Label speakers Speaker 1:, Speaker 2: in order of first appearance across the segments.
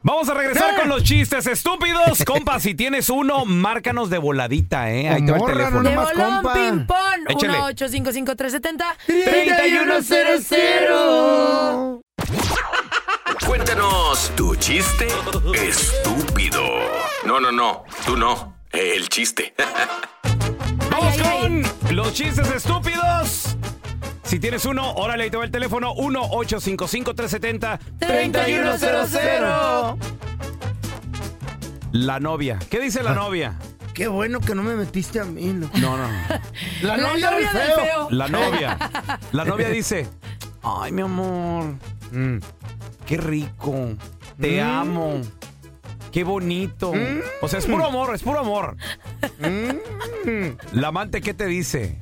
Speaker 1: Vamos a regresar
Speaker 2: Ah.
Speaker 1: con los chistes estúpidos. Compa, si tienes uno, márcanos de voladita, ¿eh? Ahí te va el
Speaker 2: Morra, no
Speaker 1: teléfono.
Speaker 3: De
Speaker 2: nomás,
Speaker 3: bolón,
Speaker 2: compa.
Speaker 3: ping pong.
Speaker 1: Échale.
Speaker 3: 1-855-370.
Speaker 2: 3100.
Speaker 4: Cuéntanos tu chiste estúpido. No, no, no, tú no. El chiste.
Speaker 1: Vamos
Speaker 3: Ay, ay,
Speaker 1: con los chistes estúpidos. Si tienes uno, órale, ahí te va el teléfono. 1-855-370-3100. La novia. ¿Qué dice
Speaker 2: Ah.
Speaker 1: la novia?
Speaker 2: Qué bueno que no me metiste a mí. loco.
Speaker 1: No, no.
Speaker 2: La
Speaker 3: La
Speaker 2: novia del feo.
Speaker 1: La novia. La novia dice: Ay, mi amor. mm, qué rico. Te
Speaker 2: Mm.
Speaker 1: amo. Qué bonito. O sea, es puro amor, es puro amor.
Speaker 2: Mm.
Speaker 1: La amante, ¿qué te dice?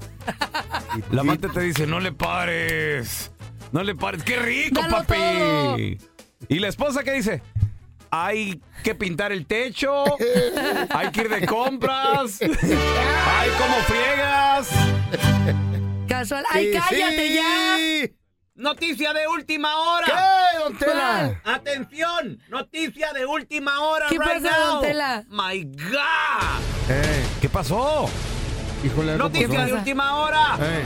Speaker 1: La amante te dice: No le pares. No le pares. Qué rico,
Speaker 3: Dalo
Speaker 1: papi.
Speaker 3: todo.
Speaker 1: Y la esposa, ¿qué dice? Hay que pintar el techo. Hay que ir de compras. Hay como friegas.
Speaker 3: Casual. Ay,
Speaker 2: Sí,
Speaker 3: cállate
Speaker 2: sí.
Speaker 3: ya.
Speaker 1: Noticia de última hora.
Speaker 2: ¿Qué, don Tela?
Speaker 1: Atención, noticia de última hora.
Speaker 3: ¿Qué
Speaker 1: right
Speaker 3: pasa,
Speaker 1: now.
Speaker 3: don Tela?
Speaker 1: My God.
Speaker 2: Eh,
Speaker 1: ¿Qué pasó?
Speaker 2: híjole, algo
Speaker 1: Noticia
Speaker 2: pasó.
Speaker 1: de
Speaker 3: pasa?
Speaker 1: última hora.
Speaker 2: Eh,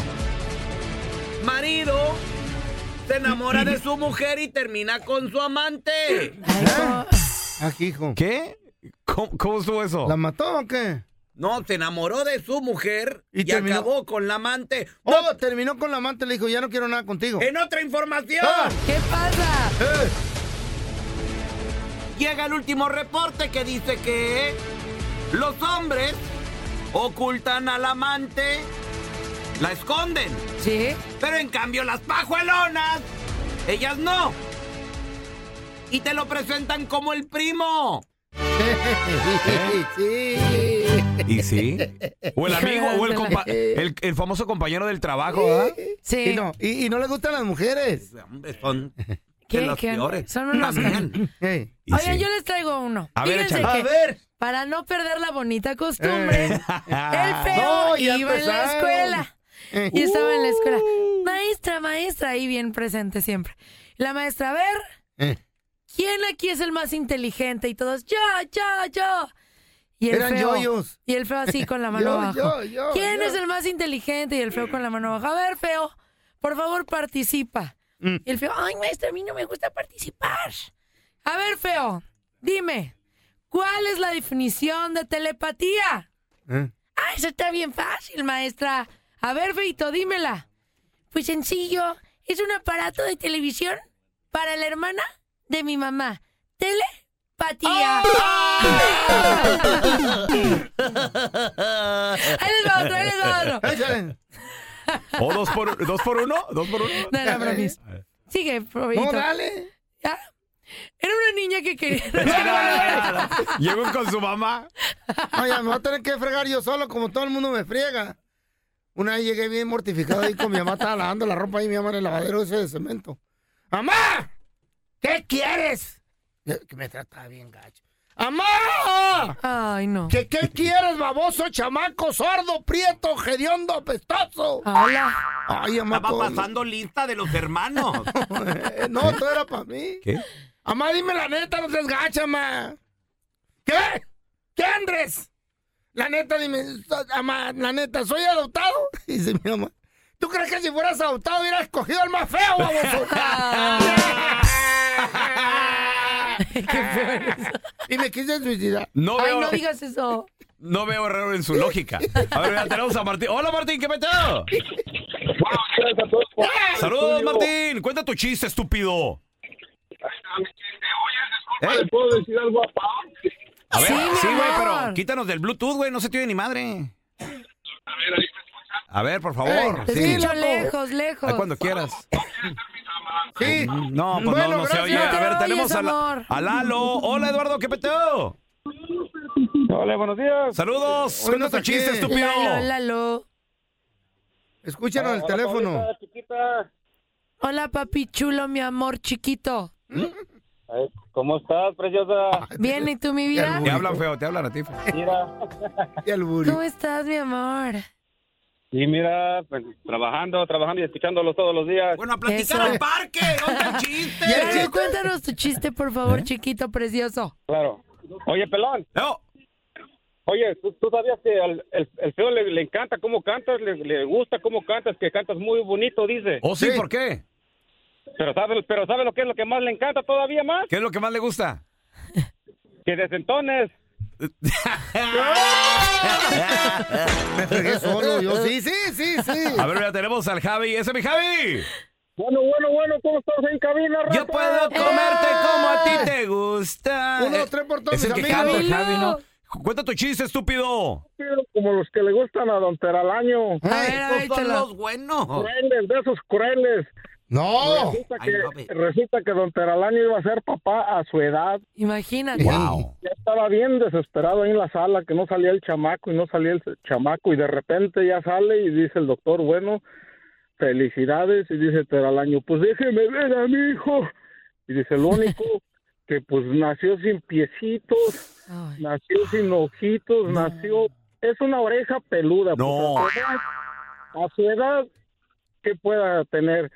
Speaker 1: Marido se enamora de su mujer y termina con su amante.
Speaker 3: Ay, co-
Speaker 2: ah, hijo.
Speaker 1: ¿Qué? ¿Cómo, cómo estuvo eso?
Speaker 2: ¿La mató o qué?
Speaker 1: No, se enamoró de su mujer
Speaker 2: Y
Speaker 1: y,
Speaker 2: terminó-
Speaker 1: acabó con la amante.
Speaker 2: Oh, terminó con la amante, le dijo, ya no quiero nada contigo.
Speaker 1: En otra información.
Speaker 2: Ah.
Speaker 3: ¿Qué pasa?
Speaker 2: Eh,
Speaker 1: Llega el último reporte que dice que los hombres ocultan al amante, la esconden,
Speaker 3: Sí.
Speaker 1: pero en cambio las pajuelonas, ellas no. Y te lo presentan como el primo.
Speaker 2: sí.
Speaker 1: ¿Y sí? ¿Eh? O el amigo, o el, compa- el- el famoso compañero del trabajo, ¿ah? ¿verdad?
Speaker 2: Y
Speaker 3: Sí.
Speaker 2: no, y, y no le gustan las mujeres.
Speaker 1: Hombre, son
Speaker 3: ¿Qué-
Speaker 1: de los
Speaker 3: qué-
Speaker 1: peores.
Speaker 3: Son unos.
Speaker 1: También.
Speaker 2: Ey.
Speaker 1: Y
Speaker 3: Oigan,
Speaker 1: sí.
Speaker 3: yo les traigo uno.
Speaker 1: A ver,
Speaker 3: Fíjense
Speaker 1: échale.
Speaker 3: que
Speaker 2: A ver.
Speaker 3: para no perder la bonita costumbre,
Speaker 2: Eh.
Speaker 3: el feo
Speaker 2: No, ya
Speaker 3: iba en la
Speaker 2: empezaron.
Speaker 3: escuela.
Speaker 2: Eh.
Speaker 3: Y estaba en la escuela.
Speaker 2: Uh.
Speaker 3: Maestra, maestra, ahí bien presente siempre. La maestra, a ver,
Speaker 2: Eh,
Speaker 3: ¿quién aquí es el más inteligente? Y todos, yo, yo, yo. Y el
Speaker 2: Eran
Speaker 3: feo.
Speaker 2: yoyos.
Speaker 3: Y el feo así con la mano
Speaker 2: Yo,
Speaker 3: abajo.
Speaker 2: yo, yo,
Speaker 3: ¿Quién
Speaker 2: yo.
Speaker 3: es el más inteligente? Y el feo con la mano abajo. A ver, feo, por favor, participa.
Speaker 2: Mm.
Speaker 3: Y el feo, ay, maestra, a mí no me gusta participar. A ver, feo, dime, ¿cuál es la definición de telepatía?
Speaker 2: eh.
Speaker 3: Ah, eso está bien fácil, maestra. A ver, Feito, dímela. Pues sencillo, es un aparato de televisión para la hermana de mi mamá. Telepatía.
Speaker 2: ¡Ah!
Speaker 3: ahí les va otro, ahí les va otro.
Speaker 2: Échale.
Speaker 1: ¿O dos por, dos por uno? ¿Dos por uno?
Speaker 3: No, no, bromis. Sigue,
Speaker 2: No,
Speaker 3: probito.
Speaker 2: dale.
Speaker 3: Ah, Era una niña que quería.
Speaker 1: Llego con su mamá.
Speaker 2: No, ya me voy a tener que fregar yo solo como todo el mundo me friega. Una vez llegué bien mortificado ahí con mi mamá, estaba lavando la ropa ahí, mi mamá en el lavadero ese de cemento. ¡Mamá! ¿Qué quieres? Que que me trataba bien gacho. ¡Mamá!
Speaker 3: Ay, no.
Speaker 2: ¿Qué, qué quieres, baboso, chamaco, sordo, prieto, hediondo, apestoso?
Speaker 3: Hola.
Speaker 2: Ay, mamá, todo-
Speaker 1: lista de los hermanos.
Speaker 2: Eh, No, todo era para mí.
Speaker 1: ¿Qué?
Speaker 2: Mamá, dime la neta, no seas gacha, ma. ¿Qué? ¿Qué, Andrés? La neta, dime, so- ama, la neta, ¿soy adoptado? Dice mi mamá. ¿Tú crees que si fueras adoptado hubieras cogido al más feo, baboso?
Speaker 3: Qué feo eres.
Speaker 2: y me quise suicidar.
Speaker 1: No
Speaker 3: Ay,
Speaker 1: veo,
Speaker 3: no
Speaker 1: no,
Speaker 3: digas eso.
Speaker 1: veo error en su lógica. A ver, ya tenemos a Martín. Hola, Martín, ¿qué peteo? Saludos, Martín. Cuenta tu chiste, estúpido.
Speaker 5: ¿Le puedo decir algo a Pau?
Speaker 1: A ver,
Speaker 3: Sí, mi
Speaker 1: sí, güey,
Speaker 3: amor.
Speaker 1: pero quítanos del Bluetooth, güey. No se te oye ni madre.
Speaker 5: A ver, ahí me escuchan.
Speaker 1: A ver, por favor.
Speaker 3: Te
Speaker 1: sí.
Speaker 3: escucho lejos, lejos.
Speaker 1: Ahí cuando quieras.
Speaker 2: Sí.
Speaker 1: No, pues
Speaker 2: Bueno,
Speaker 1: no, no se
Speaker 2: gracias.
Speaker 1: oye.
Speaker 3: No
Speaker 1: A
Speaker 3: te
Speaker 1: ver,
Speaker 3: oyes,
Speaker 1: tenemos a, la-
Speaker 3: amor.
Speaker 1: a Lalo. Hola, Eduardo, ¿qué peteo?
Speaker 5: Hola, buenos días.
Speaker 1: Saludos.
Speaker 2: Hoy no
Speaker 1: Cuenta tu
Speaker 2: saqué.
Speaker 1: chiste, estúpido.
Speaker 3: Lalo, Lalo.
Speaker 2: Escúchanos el
Speaker 5: Hola,
Speaker 2: teléfono.
Speaker 5: Paulita, chiquita.
Speaker 3: Hola, papi chulo, mi amor chiquito.
Speaker 1: ¿Mm?
Speaker 5: Ay, Eh, ¿Cómo estás, preciosa?
Speaker 3: Bien, ¿y tú, mi vida?
Speaker 2: Qué
Speaker 1: Te hablan feo, te hablan a ti. feo.
Speaker 5: Mira.
Speaker 2: Y al buri.
Speaker 3: ¿Cómo estás, mi amor?
Speaker 5: Y mira, pues, trabajando, trabajando y escuchándolos todos los días.
Speaker 1: Bueno, a
Speaker 3: platicar Eso. al
Speaker 1: parque. ¿Dónde el chiste?
Speaker 2: Y el
Speaker 3: Lalo,
Speaker 2: chiste.
Speaker 3: cuéntanos tu chiste, por
Speaker 2: ¿Eh?
Speaker 3: favor, chiquito precioso.
Speaker 5: Claro. Oye, pelón.
Speaker 1: No.
Speaker 5: Oye, ¿tú, tú sabías que al el, el feo le, le encanta cómo cantas, le, le gusta cómo cantas, que cantas muy bonito, dice.
Speaker 1: ¿O Oh, sí,
Speaker 2: Sí.
Speaker 1: por qué?
Speaker 5: Pero sabes, pero sabes lo que es lo que más le encanta todavía más?
Speaker 1: ¿Qué es lo que más le gusta?
Speaker 5: Que desentones.
Speaker 2: Me fregué solo. Yo sí, sí, sí, sí. Eh.
Speaker 1: A ver, ya tenemos al Javi. ¡Ese es mi Javi!
Speaker 5: Bueno, bueno, bueno, ¿cómo estás en cabina, raza?
Speaker 1: Yo puedo comerte como a ti te gusta.
Speaker 2: Eh.
Speaker 1: Eh,
Speaker 2: Uno, tres por todos
Speaker 1: Es el
Speaker 2: mis
Speaker 1: que canta,
Speaker 2: amigos.
Speaker 1: el Javi, ¿no? Cuenta tu chiste, estúpido.
Speaker 5: Como los que le gustan a Don Teralaño.
Speaker 3: A ver, a
Speaker 2: pues,
Speaker 3: ver, échalo.
Speaker 1: buenos.
Speaker 5: Crueles, de esos crueles.
Speaker 2: No.
Speaker 5: Resulta
Speaker 1: I love it.
Speaker 5: que, resulta que don Teralaño iba a ser papá a su edad.
Speaker 3: Imagínate.
Speaker 1: Wow.
Speaker 5: Ya estaba bien desesperado ahí en la sala, que no salía el chamaco y no salía el chamaco. Y de repente ya sale y dice el doctor, bueno, felicidades. Y dice Teralaño, pues déjeme ver a mi hijo. Y dice, el único que pues nació sin piecitos,
Speaker 3: Ay.
Speaker 5: nació sin ojitos, nació... Es una oreja peluda. pues,
Speaker 1: No.
Speaker 5: a su edad- a su edad, que pueda tener.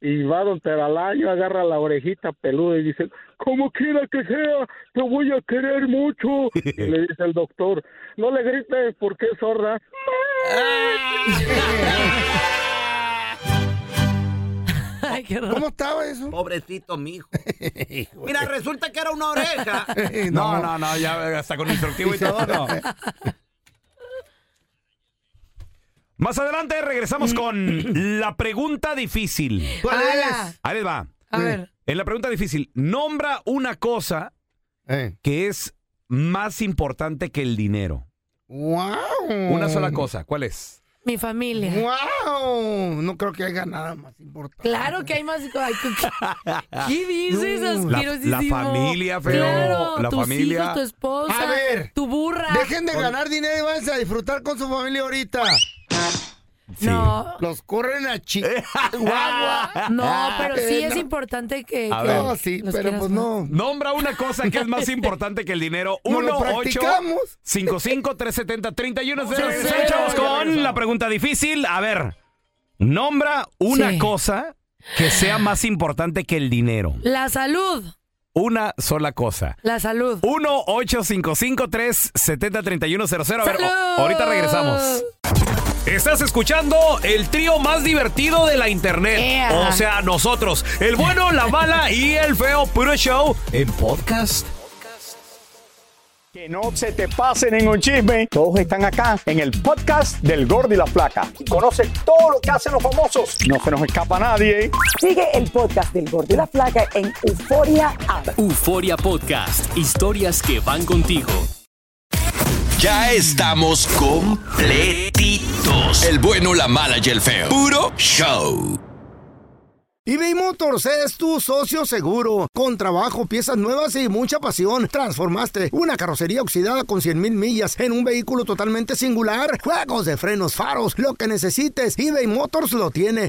Speaker 5: Y va don Teralaño, agarra la orejita peluda y dice, como quiera que sea, te voy a querer mucho. Y le dice el doctor, no le grites porque es sorda.
Speaker 6: Ah.
Speaker 3: Ay, qué horror.
Speaker 2: ¿Cómo estaba eso?
Speaker 1: Pobrecito mijo. Mira, resulta que era una oreja.
Speaker 2: No.
Speaker 1: No, no, no, ya hasta con instructivo y todo, no. Más adelante regresamos con la pregunta difícil.
Speaker 2: ¿Cuál
Speaker 3: Ala.
Speaker 2: es?
Speaker 1: Ahí les va.
Speaker 3: A ver.
Speaker 1: En la pregunta difícil, nombra una cosa
Speaker 2: Eh.
Speaker 1: que es más importante que el dinero.
Speaker 2: ¡Wow!
Speaker 1: Una sola cosa, ¿cuál es?
Speaker 3: Mi familia.
Speaker 2: ¡Wow! No creo que haya nada más importante.
Speaker 3: Claro que hay más. Ay, ¿tú ¿Qué, ¿Qué dices,
Speaker 2: No.
Speaker 1: La-
Speaker 3: asquerosísimo?
Speaker 1: la familia, feo.
Speaker 3: Claro,
Speaker 1: La
Speaker 3: tus
Speaker 1: familia.
Speaker 3: hijos, tu esposa.
Speaker 2: A ver.
Speaker 3: Tu burra.
Speaker 2: Dejen de ganar dinero y váyanse a disfrutar con su familia ahorita.
Speaker 1: Sí.
Speaker 3: No.
Speaker 2: Los corren a chi... guagua.
Speaker 3: No, pero sí
Speaker 2: Eh,
Speaker 3: es
Speaker 2: no.
Speaker 3: importante que.
Speaker 1: A
Speaker 3: que
Speaker 1: ver.
Speaker 2: No, sí,
Speaker 3: los
Speaker 2: pero
Speaker 3: quieras
Speaker 2: pues
Speaker 3: más.
Speaker 2: no.
Speaker 1: Nombra una cosa que es más importante que el dinero.
Speaker 2: No
Speaker 1: 1
Speaker 2: lo
Speaker 1: 8
Speaker 2: practicamos.
Speaker 1: 55 370 31
Speaker 3: Sí, sí,
Speaker 1: Chavos,
Speaker 3: sí.
Speaker 1: con la pregunta difícil. A ver, nombra una
Speaker 3: Sí.
Speaker 1: cosa que sea más importante que el dinero.
Speaker 3: La salud.
Speaker 1: Una sola cosa.
Speaker 3: La salud.
Speaker 1: 1 855 370 3100 A ver, o-
Speaker 3: ¡Salud!
Speaker 1: ahorita regresamos. Estás escuchando el trío más divertido de la internet.
Speaker 3: Ea.
Speaker 1: O sea, nosotros, el bueno, la mala y el feo puro show en podcast.
Speaker 7: Que no se te pase ningún chisme. Todos están acá en el podcast del Gordi y la Flaca. Y conoce todo lo que hacen los famosos. No se nos escapa nadie.
Speaker 8: Sigue el podcast del Gordo y la Flaca en Euforia App.
Speaker 9: Euforia Podcast, historias que van contigo.
Speaker 10: Ya estamos completitos. juntos. El bueno, la mala y el feo. Puro show.
Speaker 2: eBay Motors es tu socio seguro. Con trabajo, piezas nuevas y mucha pasión, transformaste una carrocería oxidada con 100 mil millas en un vehículo totalmente singular. Juegos de frenos, faros, lo que necesites, eBay Motors lo tiene.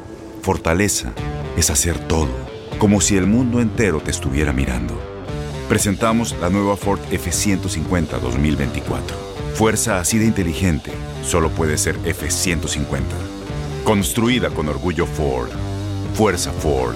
Speaker 11: fortaleza es hacer todo, como si el mundo entero te estuviera mirando. Presentamos la nueva Ford F150 2024. Fuerza así de inteligente solo puede ser F150. Construida con orgullo Ford. Fuerza Ford.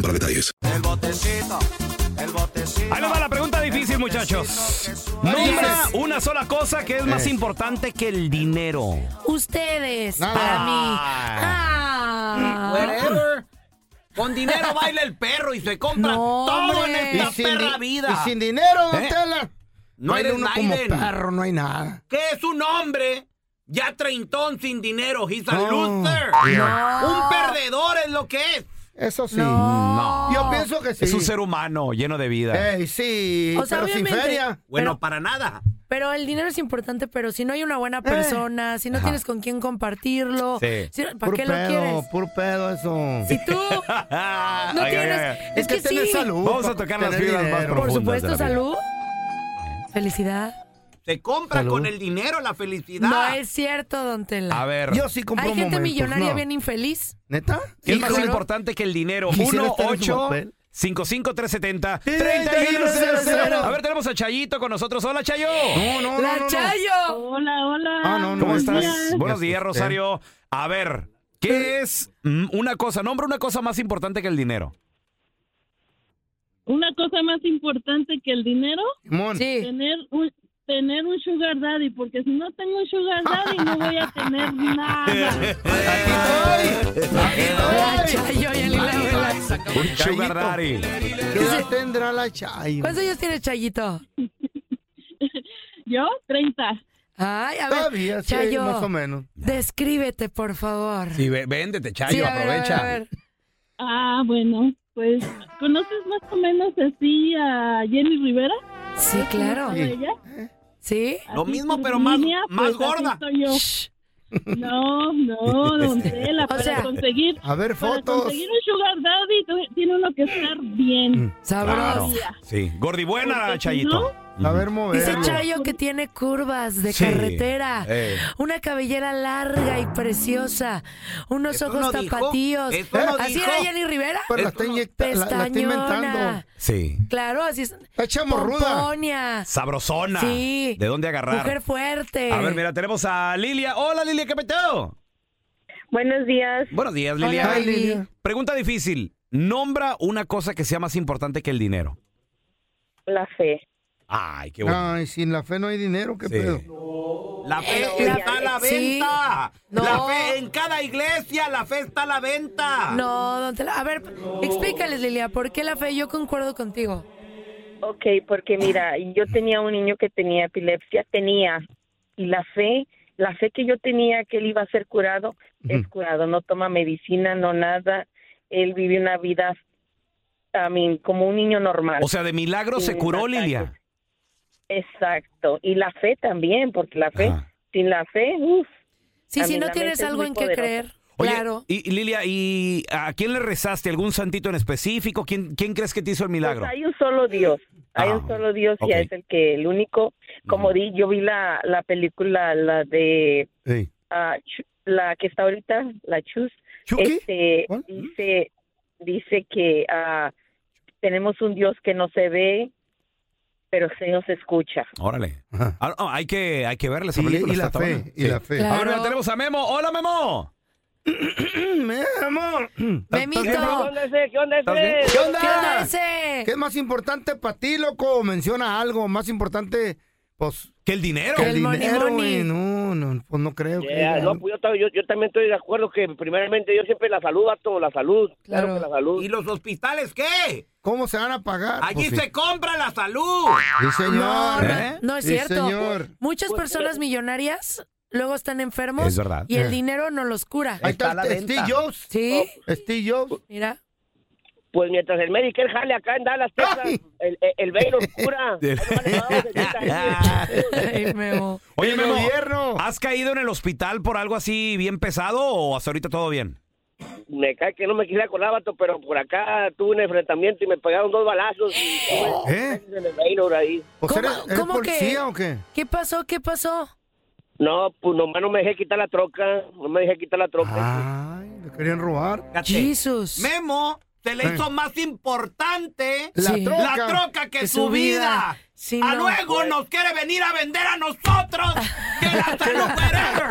Speaker 12: para detalles.
Speaker 1: Ahí les va la pregunta difícil, muchachos. Nombra una sola cosa que es más
Speaker 3: Eh.
Speaker 1: importante que el dinero.
Speaker 3: Ustedes,
Speaker 1: Nada.
Speaker 3: para mí.
Speaker 1: Ah.
Speaker 3: Ah.
Speaker 13: Whatever. Con dinero baila el perro y se compra todo en
Speaker 2: hombre.
Speaker 13: esta
Speaker 2: Y sin
Speaker 13: perra
Speaker 2: di-
Speaker 13: vida.
Speaker 2: y sin dinero,
Speaker 13: ¿Eh?
Speaker 2: tela.
Speaker 13: No
Speaker 2: Baila
Speaker 13: eres
Speaker 2: uno como
Speaker 13: Biden.
Speaker 2: perro, no hay nada.
Speaker 13: Que es un hombre ya treintón sin dinero. He's a
Speaker 2: No.
Speaker 13: loser.
Speaker 2: No.
Speaker 13: Un perdedor es lo que es.
Speaker 2: Eso sí.
Speaker 1: No.
Speaker 2: Yo pienso que sí.
Speaker 1: Es un ser humano lleno de vida.
Speaker 2: Ey, sí,
Speaker 3: O sea,
Speaker 2: pero sin
Speaker 3: obviamente-
Speaker 2: feria.
Speaker 13: Bueno, para nada.
Speaker 3: Pero el dinero es importante, pero si no hay una buena persona, si no
Speaker 2: Eh. Ajá.
Speaker 3: tienes con quién compartirlo,
Speaker 2: Sí.
Speaker 3: si- ¿para
Speaker 2: Puro
Speaker 3: qué
Speaker 2: pedo,
Speaker 3: lo quieres?
Speaker 2: Puro pedo eso.
Speaker 3: Si tú no
Speaker 2: Ay, ay,
Speaker 3: tienes,
Speaker 2: ay.
Speaker 3: es,
Speaker 2: Es
Speaker 3: que,
Speaker 2: que tener
Speaker 3: sí.
Speaker 2: salud Vamos a para tocar las tener fibras más dinero.
Speaker 3: Por
Speaker 2: profundas de
Speaker 3: supuesto,
Speaker 2: la vida.
Speaker 3: salud, felicidad.
Speaker 13: Se compra
Speaker 2: Salud.
Speaker 13: con el dinero la felicidad.
Speaker 3: No es cierto, don Tela.
Speaker 1: A ver. Yo sí compro
Speaker 3: Hay gente
Speaker 1: momentos,
Speaker 3: millonaria
Speaker 1: no.
Speaker 3: bien infeliz.
Speaker 2: ¿Neta?
Speaker 1: ¿Qué es más
Speaker 3: Híjole.
Speaker 1: importante que el dinero?
Speaker 2: Quisiera
Speaker 1: 1
Speaker 2: estar en su
Speaker 1: 8
Speaker 2: papel.
Speaker 1: 55 370
Speaker 2: 3100.
Speaker 1: A ver, tenemos a Chayito con nosotros. Hola, Chayo.
Speaker 2: No, no, no, Ah, no, no.
Speaker 14: Hola, hola.
Speaker 1: ¿Cómo
Speaker 2: buenos
Speaker 1: estás?
Speaker 2: días. este. Eh.
Speaker 1: Buenos días,
Speaker 2: Me asusté.
Speaker 1: Rosario. A ver, ¿qué es mm, una cosa? Nombra una cosa más importante que el dinero.
Speaker 14: Una cosa más importante que el dinero,
Speaker 1: Simón. Sí.
Speaker 14: tener un tener un sugar daddy, porque si no tengo un sugar daddy no voy a tener nada.
Speaker 1: Un sugar daddy.
Speaker 2: ¿Qué edad tendrá la Chayo?
Speaker 3: ¿Cuántos años tiene Chayito?
Speaker 14: Yo, 30.
Speaker 3: Ay, a ver,
Speaker 2: Todavía, sí,
Speaker 3: Chayo,
Speaker 2: más o menos.
Speaker 3: Descríbete, por favor.
Speaker 1: Sí, ve- véndete, Chayo,
Speaker 3: Sí, a ver, a ver,
Speaker 1: aprovecha.
Speaker 3: a ver.
Speaker 14: Ah, bueno, pues ¿conoces más o menos así a Jenny Rivera?
Speaker 3: Sí, claro. Sí.
Speaker 14: Lo mismo, pero más, más gorda. No, no, don Tela,
Speaker 3: O
Speaker 14: para
Speaker 3: sea-
Speaker 14: conseguir
Speaker 2: A ver,
Speaker 14: para
Speaker 2: fotos.
Speaker 14: conseguir un sugar daddy tú- tiene uno que estar
Speaker 3: Mm.
Speaker 14: bien.
Speaker 1: Claro. Sí. Gordibuena, Chayito.
Speaker 2: A ver,
Speaker 3: Dice
Speaker 2: moverlo.
Speaker 3: Chayo que tiene curvas de
Speaker 2: Sí. Eh.
Speaker 3: carretera,
Speaker 1: Eh.
Speaker 2: Ey.
Speaker 3: una cabellera larga y preciosa, unos
Speaker 2: Eso
Speaker 3: ojos
Speaker 2: no dijo,
Speaker 3: tapatíos.
Speaker 2: eso no
Speaker 3: ¿Así
Speaker 2: dijo.
Speaker 3: era Jenny Rivera?
Speaker 2: Pero la está inyecta- la- la está
Speaker 3: Pestañona.
Speaker 2: inventando.
Speaker 1: Sí.
Speaker 3: Claro, así es.
Speaker 2: chamorruda.
Speaker 3: Pomponia.
Speaker 1: Sabrosona.
Speaker 3: Ah. Sí.
Speaker 1: ¿De dónde agarrar?
Speaker 3: Mujer fuerte.
Speaker 1: A ver, mira, tenemos a Lilia. Hola, Lilia, ¿qué peteo?
Speaker 15: Buenos días.
Speaker 1: Buenos días, Lilia.
Speaker 15: Hola, Hi, Lilia.
Speaker 1: Pregunta difícil. Nombra una cosa que sea más importante que el dinero.
Speaker 15: La fe.
Speaker 1: Ay, qué bueno.
Speaker 2: Ay, sin la fe no hay dinero, qué pedo.
Speaker 13: La fe está a la
Speaker 3: sí.
Speaker 13: venta.
Speaker 3: No.
Speaker 13: La fe en cada iglesia, la fe está a la venta.
Speaker 3: No, don Tela. A ver, explícales, Lilia, ¿por qué la fe? Yo concuerdo contigo.
Speaker 15: Ok, porque mira, yo tenía un niño que tenía epilepsia, tenía, y la fe, la fe que yo tenía que él iba a ser curado, es curado, no toma medicina, no nada, él vive una vida, a mí, como un niño normal.
Speaker 1: O sea, de milagro se
Speaker 15: Sin
Speaker 1: curó,
Speaker 15: ataques.
Speaker 1: Lilia.
Speaker 15: Exacto, y la fe también, porque la fe, sin la fe, uff.
Speaker 3: Sí, si no tienes algo en que creer,
Speaker 1: Oye,
Speaker 3: claro.
Speaker 1: Y, y Lilia, ¿y a quién le rezaste? ¿Algún santito en específico? ¿Quién, quién crees que te hizo el milagro?
Speaker 15: Pues hay un solo Dios, hay
Speaker 1: Ah,
Speaker 15: un solo Dios
Speaker 1: ok.
Speaker 15: y es el que, el único, como di, yo vi la, la película, la de ah, Ch- la que está ahorita, la Chus, este, dice, dice que ah, tenemos un Dios que no se ve, pero se nos escucha.
Speaker 1: Órale. Ah, no, hay, que, hay que verle esa
Speaker 2: Y-
Speaker 1: película.
Speaker 2: y la
Speaker 1: está
Speaker 2: fe,
Speaker 1: buena.
Speaker 2: y la fe.
Speaker 1: Ahora ya tenemos a Memo. ¡Hola, Memo!
Speaker 2: Memo.
Speaker 1: Memito.
Speaker 2: ¿Estás bien, bro?
Speaker 16: ¿Qué onda
Speaker 2: ¿Estás bien? ¿Qué onda?
Speaker 3: ese?
Speaker 2: ¿Qué es más importante para ti, loco? Menciona algo más importante, pues...
Speaker 1: Que el dinero.
Speaker 2: Que
Speaker 16: El
Speaker 2: el
Speaker 16: money,
Speaker 2: dinero,
Speaker 16: money.
Speaker 2: güey. No, no, pues no creo que...
Speaker 16: Yeah, no, pues yo, ta- yo- yo también estoy de acuerdo que primeramente yo siempre la salud, vato, la salud. Claro, que la salud.
Speaker 13: ¿Y los hospitales qué?
Speaker 2: ¿Cómo se van a pagar?
Speaker 13: Allí
Speaker 2: Pues sí.
Speaker 13: se compra la salud.
Speaker 2: Sí, señor.
Speaker 3: No, no,
Speaker 2: ¿Eh?
Speaker 3: no es
Speaker 2: Sí,
Speaker 3: cierto.
Speaker 2: señor.
Speaker 3: Muchas personas millonarias luego están enfermos
Speaker 2: Es verdad.
Speaker 3: y el
Speaker 2: Eh.
Speaker 3: dinero no los cura.
Speaker 2: Ahí está Está la Steve venta. Jobs.
Speaker 3: Sí.
Speaker 2: Steve Jobs.
Speaker 3: Mira.
Speaker 16: Pues mientras el Medicare jale acá en Dallas, Texas, el, el, el Baylor cura.
Speaker 1: Oye, Memo, ¿has caído en el hospital por algo así bien pesado o hasta ahorita todo bien?
Speaker 16: Me cae que no me quisiera con vato, pero por acá tuve un enfrentamiento y me pegaron dos balazos. Y,
Speaker 2: ¿Eh? Pues
Speaker 16: En el Baylor ahí.
Speaker 2: ¿Cómo, policía o qué?
Speaker 3: ¿Qué pasó? ¿Qué pasó?
Speaker 16: No, pues nomás no me dejé quitar la troca, no me dejé quitar la troca.
Speaker 2: Le querían robar.
Speaker 3: Jesús.
Speaker 13: Memo se le
Speaker 2: Eh.
Speaker 13: hizo más importante
Speaker 2: La
Speaker 13: la
Speaker 2: troca.
Speaker 13: troca que
Speaker 2: Que
Speaker 13: su
Speaker 2: su
Speaker 13: vida.
Speaker 2: vida. Sí,
Speaker 13: a
Speaker 2: no.
Speaker 13: luego nos quiere venir a vender a nosotros que la salud forever.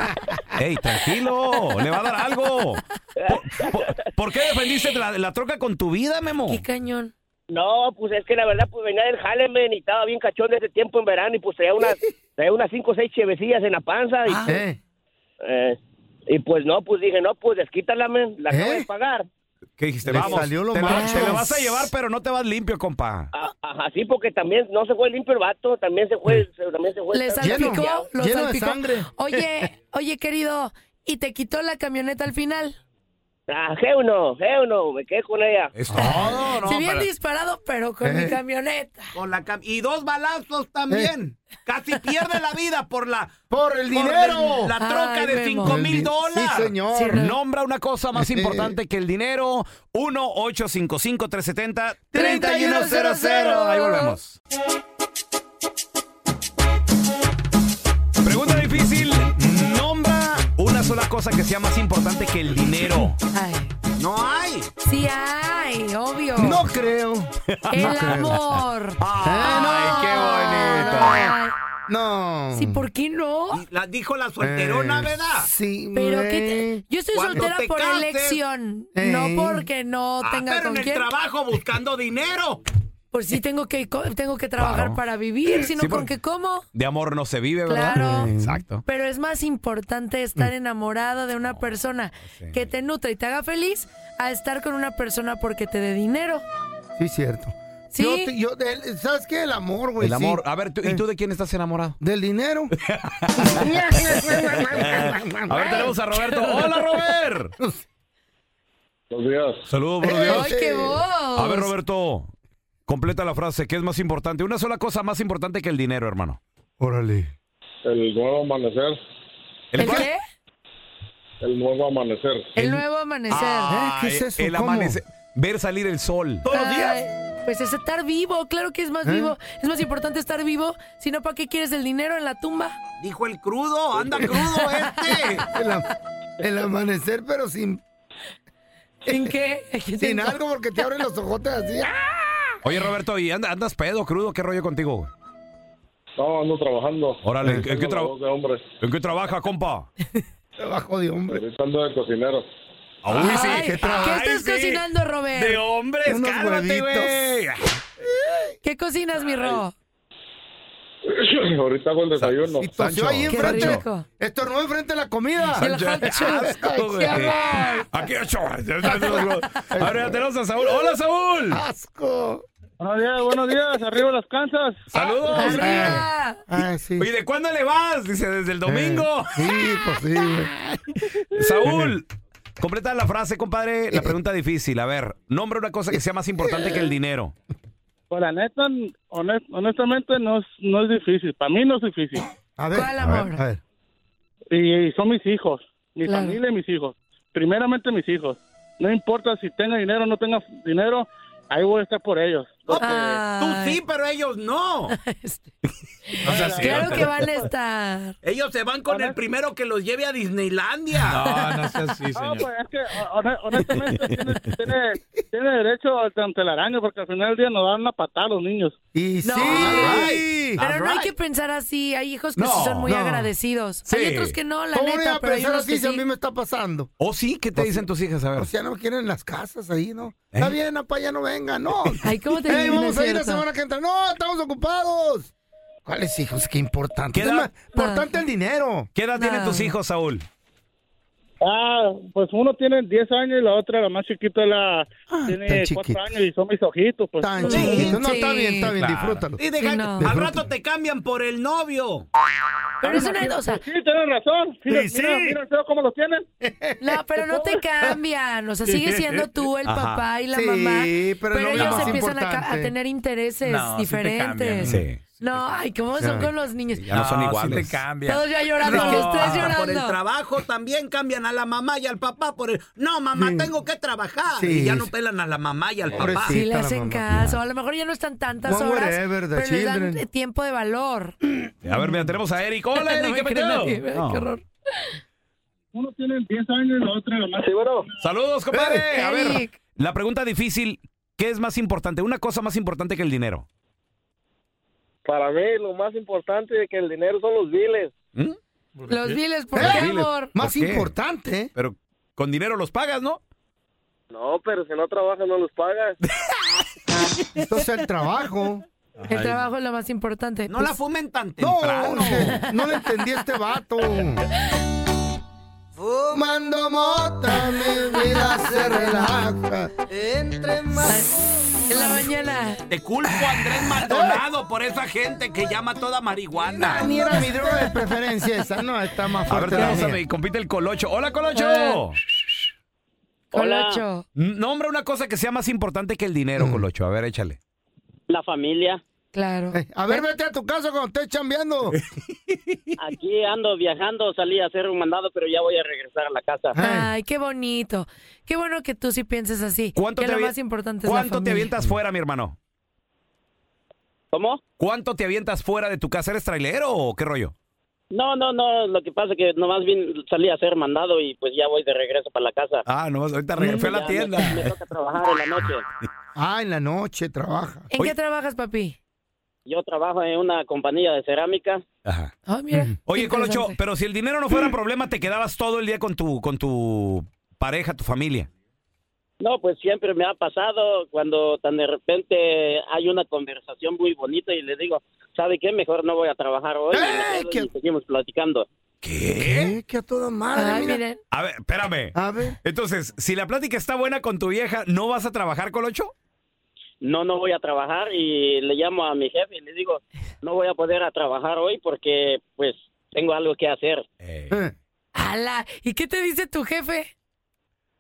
Speaker 1: ¡Ey, tranquilo! ¡Le va a dar algo! ¿Por, por- por qué defendiste la, la troca con tu vida, Memo?
Speaker 3: cañón.
Speaker 16: No, pues es que la verdad, pues venía del jale, men, y estaba bien cachón de ese tiempo en verano, y pues traía unas, traía unas cinco o seis chevecillas en la panza. Y, pues, Eh, y pues no, pues dije, no, pues desquítala, men, la acabo de pagar.
Speaker 1: ¿Qué dijiste?
Speaker 16: Le
Speaker 1: Vamos,
Speaker 16: salió lo
Speaker 1: te, la,
Speaker 16: más.
Speaker 1: te la vas a llevar, pero no te vas limpio, compa.
Speaker 16: A- Ah, Ajá, sí, porque también no se fue limpio el vato, también se fue, se- también se fue.
Speaker 3: Le salpicó, lo salpicó. Oye, oye, querido, ¿y te quitó la camioneta al final?
Speaker 16: Ah, geo no, geo no, me quedé con ella.
Speaker 1: Es
Speaker 13: todo,
Speaker 3: Si bien disparado, pero con mi
Speaker 13: Eh.
Speaker 3: camioneta.
Speaker 13: Con la cam- y dos balazos también. Casi pierde la vida por la
Speaker 2: Eh. por el dinero.
Speaker 13: la troca
Speaker 2: Ay,
Speaker 13: de
Speaker 2: Memo.
Speaker 13: cinco
Speaker 2: El
Speaker 13: mil
Speaker 2: di-
Speaker 13: dólares.
Speaker 2: Sí, señor. Eh, Sí, no.
Speaker 1: Nombra una cosa más importante que el dinero. 1-855-370-3100. Ahí volvemos. Pregunta difícil. Nombra una sola cosa que sea más importante que el dinero. No hay.
Speaker 3: Sí hay, obvio.
Speaker 2: No creo.
Speaker 3: El
Speaker 2: No creo.
Speaker 3: amor. Eh,
Speaker 1: Ay,
Speaker 2: No.
Speaker 3: Sí, ¿por qué no?
Speaker 13: La dijo la solterona,
Speaker 2: Eh,
Speaker 13: ¿verdad?
Speaker 2: Sí,
Speaker 3: Pero que te- yo estoy
Speaker 13: Cuando
Speaker 3: soltera
Speaker 13: te
Speaker 3: por
Speaker 13: cases.
Speaker 3: elección,
Speaker 13: Eh.
Speaker 3: no porque no
Speaker 13: Ah,
Speaker 3: tenga
Speaker 13: pero
Speaker 3: con
Speaker 13: en
Speaker 3: quién.
Speaker 13: el trabajo buscando dinero.
Speaker 3: Pues sí tengo que co- tengo que trabajar
Speaker 1: Claro.
Speaker 3: para vivir, sino
Speaker 1: Sí,
Speaker 3: con
Speaker 1: porque-
Speaker 3: que como.
Speaker 1: De amor no se vive, ¿verdad?
Speaker 3: Claro.
Speaker 1: Exacto.
Speaker 3: Pero es más importante estar enamorado de una persona que te nutra y te haga feliz a estar con una persona porque te dé dinero.
Speaker 2: Sí, cierto.
Speaker 3: Sí.
Speaker 2: Yo, te- yo- el- ¿Sabes qué? El amor, güey.
Speaker 1: El
Speaker 2: sí.
Speaker 1: amor. A ver, ¿tú- ¿y tú de quién estás enamorado?
Speaker 2: Del dinero.
Speaker 1: A ver, tenemos a Roberto. ¡Hola, Robert!
Speaker 6: Buenos días.
Speaker 1: Saludos, buenos días.
Speaker 3: ¡Ay, qué voz!
Speaker 1: A ver, Roberto, completa la frase. ¿Qué es más importante? Una sola cosa más importante que el dinero, hermano.
Speaker 2: Órale.
Speaker 6: El nuevo amanecer.
Speaker 1: ¿El,
Speaker 3: qué?
Speaker 6: El nuevo amanecer.
Speaker 3: El nuevo amanecer. ¿Eh?
Speaker 1: Ay, El amanecer. Ver salir el sol.
Speaker 3: Ay, Pues es estar vivo, claro que es más
Speaker 1: ¿Eh?
Speaker 3: vivo. Es más importante estar vivo, si no, ¿para qué quieres el dinero en la tumba?
Speaker 13: Dijo el crudo, anda crudo este.
Speaker 2: El, am- el amanecer, pero sin.
Speaker 3: ¿Sin qué?
Speaker 2: Sin algo, porque te abren los ojotes así. ¡Ah!
Speaker 1: Oye, Roberto, ¿y and- andas pedo, crudo? ¿Qué rollo contigo?
Speaker 6: No, ando trabajando.
Speaker 1: Órale, ¿en, en qué,
Speaker 6: Tengo la
Speaker 1: tra-
Speaker 6: voz de hombre.
Speaker 1: en qué trabaja, compa?
Speaker 2: Trabajo de hombre.
Speaker 6: Ahorita ando de cocinero.
Speaker 1: Ah, Uy, sí.
Speaker 3: Ay, ¿Qué estás cocinando, Robert?
Speaker 1: De hombres,
Speaker 3: Unos
Speaker 1: cálmate, güey.
Speaker 3: ¿Qué cocinas, mi Ro?
Speaker 6: Ahorita hago el desayuno.
Speaker 2: Y tosió ahí
Speaker 3: Qué
Speaker 2: enfrente.
Speaker 3: rico.
Speaker 2: Estornó enfrente de la comida.
Speaker 3: El hot
Speaker 2: Ay,
Speaker 3: shots.
Speaker 2: qué
Speaker 1: Asco, güey.
Speaker 3: Ah,
Speaker 2: horror.
Speaker 1: Aquí ocho. Ahora ya tenemos a Saúl. ¡Hola, Saúl!
Speaker 2: Asco.
Speaker 17: Buenos días, buenos días. Arriba las Kansas.
Speaker 1: ¡Saludos!
Speaker 2: Ay, sí.
Speaker 1: ¿Y de cuándo le vas? Dice, desde el domingo.
Speaker 2: Este. Eh, Sí, pues sí. güey. Eh.
Speaker 1: Saúl, completa la frase, compadre. La pregunta difícil. A ver, nombra una cosa que sea más importante que el dinero.
Speaker 17: Pues la neta, honest- honestamente no es, no es difícil. Para mí no es difícil.
Speaker 2: A ver.
Speaker 17: ¿Cuál
Speaker 2: amor? A ver.
Speaker 17: Y, y son mis hijos, mi
Speaker 2: Claro.
Speaker 17: familia y mis hijos. Primeramente mis hijos. No importa si tenga dinero o no tenga dinero, ahí voy a estar por ellos.
Speaker 13: pues, Tú sí, pero ellos no.
Speaker 1: O sea, sí.
Speaker 3: Este. Claro que van a estar.
Speaker 13: Ellos se van con el primero que los lleve a Disneylandia.
Speaker 17: No, no
Speaker 13: seas así,
Speaker 17: No, pues es que
Speaker 5: ah,
Speaker 17: hone- honestamente tiene, tiene, tiene derecho al telaraño porque al final del día nos dan una patada a los niños.
Speaker 2: Y
Speaker 17: sí,
Speaker 3: Pero no hay que pensar así. Hay hijos que
Speaker 17: No,
Speaker 3: sí son muy
Speaker 17: no.
Speaker 3: agradecidos.
Speaker 2: Sí.
Speaker 3: Hay otros que no, la
Speaker 2: ¿Cómo voy
Speaker 3: neta,
Speaker 2: a
Speaker 3: pero hay
Speaker 2: pensar
Speaker 3: unos
Speaker 2: así
Speaker 3: que
Speaker 2: si a
Speaker 3: sí.
Speaker 2: mí me está pasando? Pues
Speaker 1: ¿O Oh, sí? ¿Qué te dicen tus hijas? A ver. ¿Eh?
Speaker 2: O sea, no quieren las casas ahí, ¿no? Está bien, papá, ya no venga, no.
Speaker 3: Ay, ¿cómo te
Speaker 2: Ey,
Speaker 3: digo?
Speaker 2: vamos
Speaker 3: No
Speaker 2: a
Speaker 3: es
Speaker 2: ir la
Speaker 3: cierto.
Speaker 2: semana que entra. No, estamos ocupados. ¿Cuáles hijos? Qué importante.
Speaker 1: ¿Qué
Speaker 2: Es
Speaker 1: edad?
Speaker 2: más importante el dinero.
Speaker 1: ¿Qué edad tienen
Speaker 2: No.
Speaker 1: tus hijos, Saúl?
Speaker 17: Ah, pues uno tiene 10 años y la otra, la más chiquita, la
Speaker 2: Ah, tan
Speaker 17: tiene 4
Speaker 2: chiquito.
Speaker 17: años y son mis ojitos. Pues.
Speaker 2: Tan chiquito. No, está bien, está bien, disfrútalo.
Speaker 13: Y deja-
Speaker 2: Sí, no.
Speaker 13: Al rato te cambian por el novio.
Speaker 3: Pero es una cosa.
Speaker 17: Sí, tienes razón. Mira,
Speaker 13: Sí,
Speaker 17: mira,
Speaker 13: sí.
Speaker 17: mira cómo lo tienen.
Speaker 3: No, pero no te cambian. O sea, sigue siendo tú el
Speaker 2: Ajá.
Speaker 3: papá y la
Speaker 2: Sí,
Speaker 3: mamá.
Speaker 2: pero el novio es
Speaker 3: ellos
Speaker 2: más
Speaker 3: empiezan a, ca- a
Speaker 2: importante.
Speaker 3: tener intereses
Speaker 2: No, sí te cambian.
Speaker 3: diferentes.
Speaker 2: Sí,
Speaker 3: No, ay, ¿cómo son
Speaker 2: Sí.
Speaker 3: con los niños?
Speaker 1: Ya no, son iguales.
Speaker 3: Todos ya llorando, los tres llorando.
Speaker 13: Por el trabajo también cambian a la mamá y al papá por el... No, mamá, tengo que trabajar.
Speaker 2: Sí.
Speaker 13: Y ya no pelan a la mamá y al papá.
Speaker 3: Sí, le hacen caso. A lo mejor ya no están tantas
Speaker 13: One
Speaker 3: horas,
Speaker 13: whatever, the
Speaker 3: pero les dan
Speaker 13: children.
Speaker 3: eh, tiempo de valor.
Speaker 1: A ver, mira, tenemos a Eric. Hola,
Speaker 3: No
Speaker 1: Eric,
Speaker 3: me
Speaker 1: ¿qué
Speaker 3: cree nadie,
Speaker 1: metió?
Speaker 3: ¿verdad?
Speaker 1: No.
Speaker 3: Qué horror.
Speaker 17: Uno tiene 10 años y la otra, la más. Sí, bueno.
Speaker 1: Saludos, compadre.
Speaker 17: Eh,
Speaker 1: a ver,
Speaker 17: Eric.
Speaker 1: la pregunta difícil, ¿qué es más importante? Una cosa más importante que el dinero.
Speaker 18: Para mí, lo más importante de que el dinero son los biles.
Speaker 3: Los viles, ¿por
Speaker 1: ¿Eh?
Speaker 3: qué,
Speaker 1: Diles,
Speaker 3: amor?
Speaker 1: ¿Mm? ¿por qué? Pero con dinero los pagas, ¿no?
Speaker 18: No, pero si no trabajas, no los pagas.
Speaker 2: Entonces el trabajo.
Speaker 3: El trabajo es lo más importante. Pues,
Speaker 13: No la fumen tan
Speaker 2: No,
Speaker 13: temprano.
Speaker 2: no, no le entendí a este vato. Fumando mota, mi vida se relaja.
Speaker 3: Entre más. En la mañana.
Speaker 13: Te culpo, Andrés Maldonado, por esa gente que llama toda
Speaker 3: Ah,
Speaker 13: marihuana.
Speaker 2: Ni era mi droga de preferencia esa, no, está más
Speaker 1: A ver,
Speaker 2: fuerte. la
Speaker 1: tenemos a
Speaker 2: mía.
Speaker 1: y compite el Colocho. ¡Hola, Colocho!
Speaker 2: Eh.
Speaker 19: Hola.
Speaker 3: Colocho.
Speaker 1: N- Nombra una cosa que sea más importante que el dinero, Colocho. A ver, échale.
Speaker 19: La familia.
Speaker 3: Claro.
Speaker 2: Eh, A ver, vete a tu casa cuando estés chambeando.
Speaker 19: Aquí ando viajando, salí a hacer un mandado, pero ya voy a regresar a la casa.
Speaker 3: Ay, qué bonito. Qué bueno que tú sí pienses así.
Speaker 1: ¿Cuánto
Speaker 3: que
Speaker 1: te
Speaker 3: lo
Speaker 1: avien-
Speaker 3: más importante es la
Speaker 1: ¿Cuánto te
Speaker 3: familia.
Speaker 1: avientas fuera, mi hermano?
Speaker 19: ¿Cómo?
Speaker 1: ¿Cuánto te avientas fuera de tu casa? ¿Eres trailero o qué rollo?
Speaker 19: No, no, no, lo que pasa es que nomás bien salí a hacer mandado y pues ya voy de regreso para la casa.
Speaker 1: Ah, nomás ahorita re- fue a la
Speaker 19: Ya
Speaker 1: tienda.
Speaker 19: Me, me toca trabajar en la noche.
Speaker 2: Ah, en la noche trabaja.
Speaker 3: ¿En qué trabajas, papi?
Speaker 19: Yo trabajo en una compañía de cerámica.
Speaker 3: Ah, mira.
Speaker 1: Oye, Colocho, pero si el dinero no fuera problema, te quedabas todo el día con tu, con tu pareja, tu familia.
Speaker 19: No, pues siempre me ha pasado cuando tan de repente hay una conversación muy bonita y le digo, ¿sabe qué? Mejor no voy a trabajar hoy. Y me quedo y seguimos platicando.
Speaker 2: ¿Qué? Que a toda madre,
Speaker 3: Ay,
Speaker 2: mira.
Speaker 3: miren.
Speaker 1: A ver, espérame.
Speaker 2: A ver.
Speaker 1: Entonces, si la plática está buena con tu vieja, ¿no vas a trabajar, Colocho?
Speaker 19: no, no voy a trabajar y le llamo a mi jefe y le digo, no voy a poder a trabajar hoy porque pues tengo algo que hacer.
Speaker 3: Ala, ¿y qué te dice tu jefe?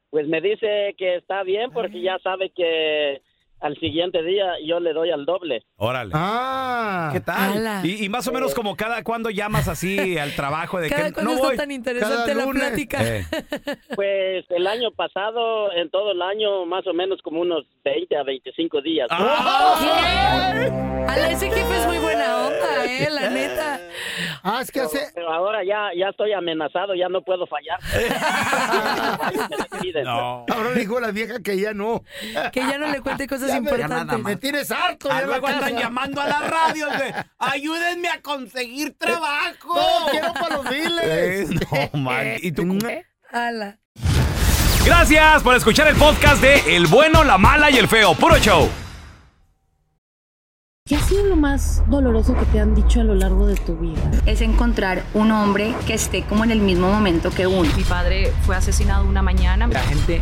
Speaker 19: Pues me dice que está bien porque
Speaker 3: Ah.
Speaker 19: ya sabe que al siguiente día yo le doy al doble.
Speaker 1: Órale.
Speaker 2: Ah.
Speaker 1: ¿Qué
Speaker 3: Ala.
Speaker 1: tal? Y, y más o menos como cada cuando llamas así al trabajo de
Speaker 3: Cada
Speaker 1: que
Speaker 3: cuando
Speaker 1: no
Speaker 3: está
Speaker 1: voy.
Speaker 3: tan interesante
Speaker 1: Cada
Speaker 3: la
Speaker 1: lunes.
Speaker 3: plática.
Speaker 1: Eh.
Speaker 19: Pues el año pasado, en todo el año, más o menos como unos 20 a 25 días.
Speaker 1: ¡Ah!
Speaker 3: Ah. Ala, ese jefe es muy buena onda, eh, la neta.
Speaker 2: Ah, es que
Speaker 19: hace... Pero ahora ya, ya estoy amenazado, ya no puedo fallar.
Speaker 1: No.
Speaker 2: Ahora le dijo la vieja que ya no.
Speaker 3: Que ya no le cuente cosas
Speaker 2: Ya me-
Speaker 3: importantes.
Speaker 2: ya Me tienes harto.
Speaker 13: Ah,
Speaker 2: ya
Speaker 13: luego
Speaker 2: la
Speaker 13: andan
Speaker 2: casa.
Speaker 13: llamando a la radio, güey. Ayúdenme a conseguir trabajo.
Speaker 2: No, quiero para los biles.
Speaker 1: Eh, no, man. ¿Y tú?
Speaker 3: Ala.
Speaker 1: Gracias por escuchar el podcast de El bueno, la mala y el feo. Puro show.
Speaker 20: ¿Qué ha sido lo más doloroso que te han dicho a lo largo de tu vida?
Speaker 21: es encontrar un hombre que esté como en el mismo momento que uno. Mi padre fue asesinado una mañana.
Speaker 22: La gente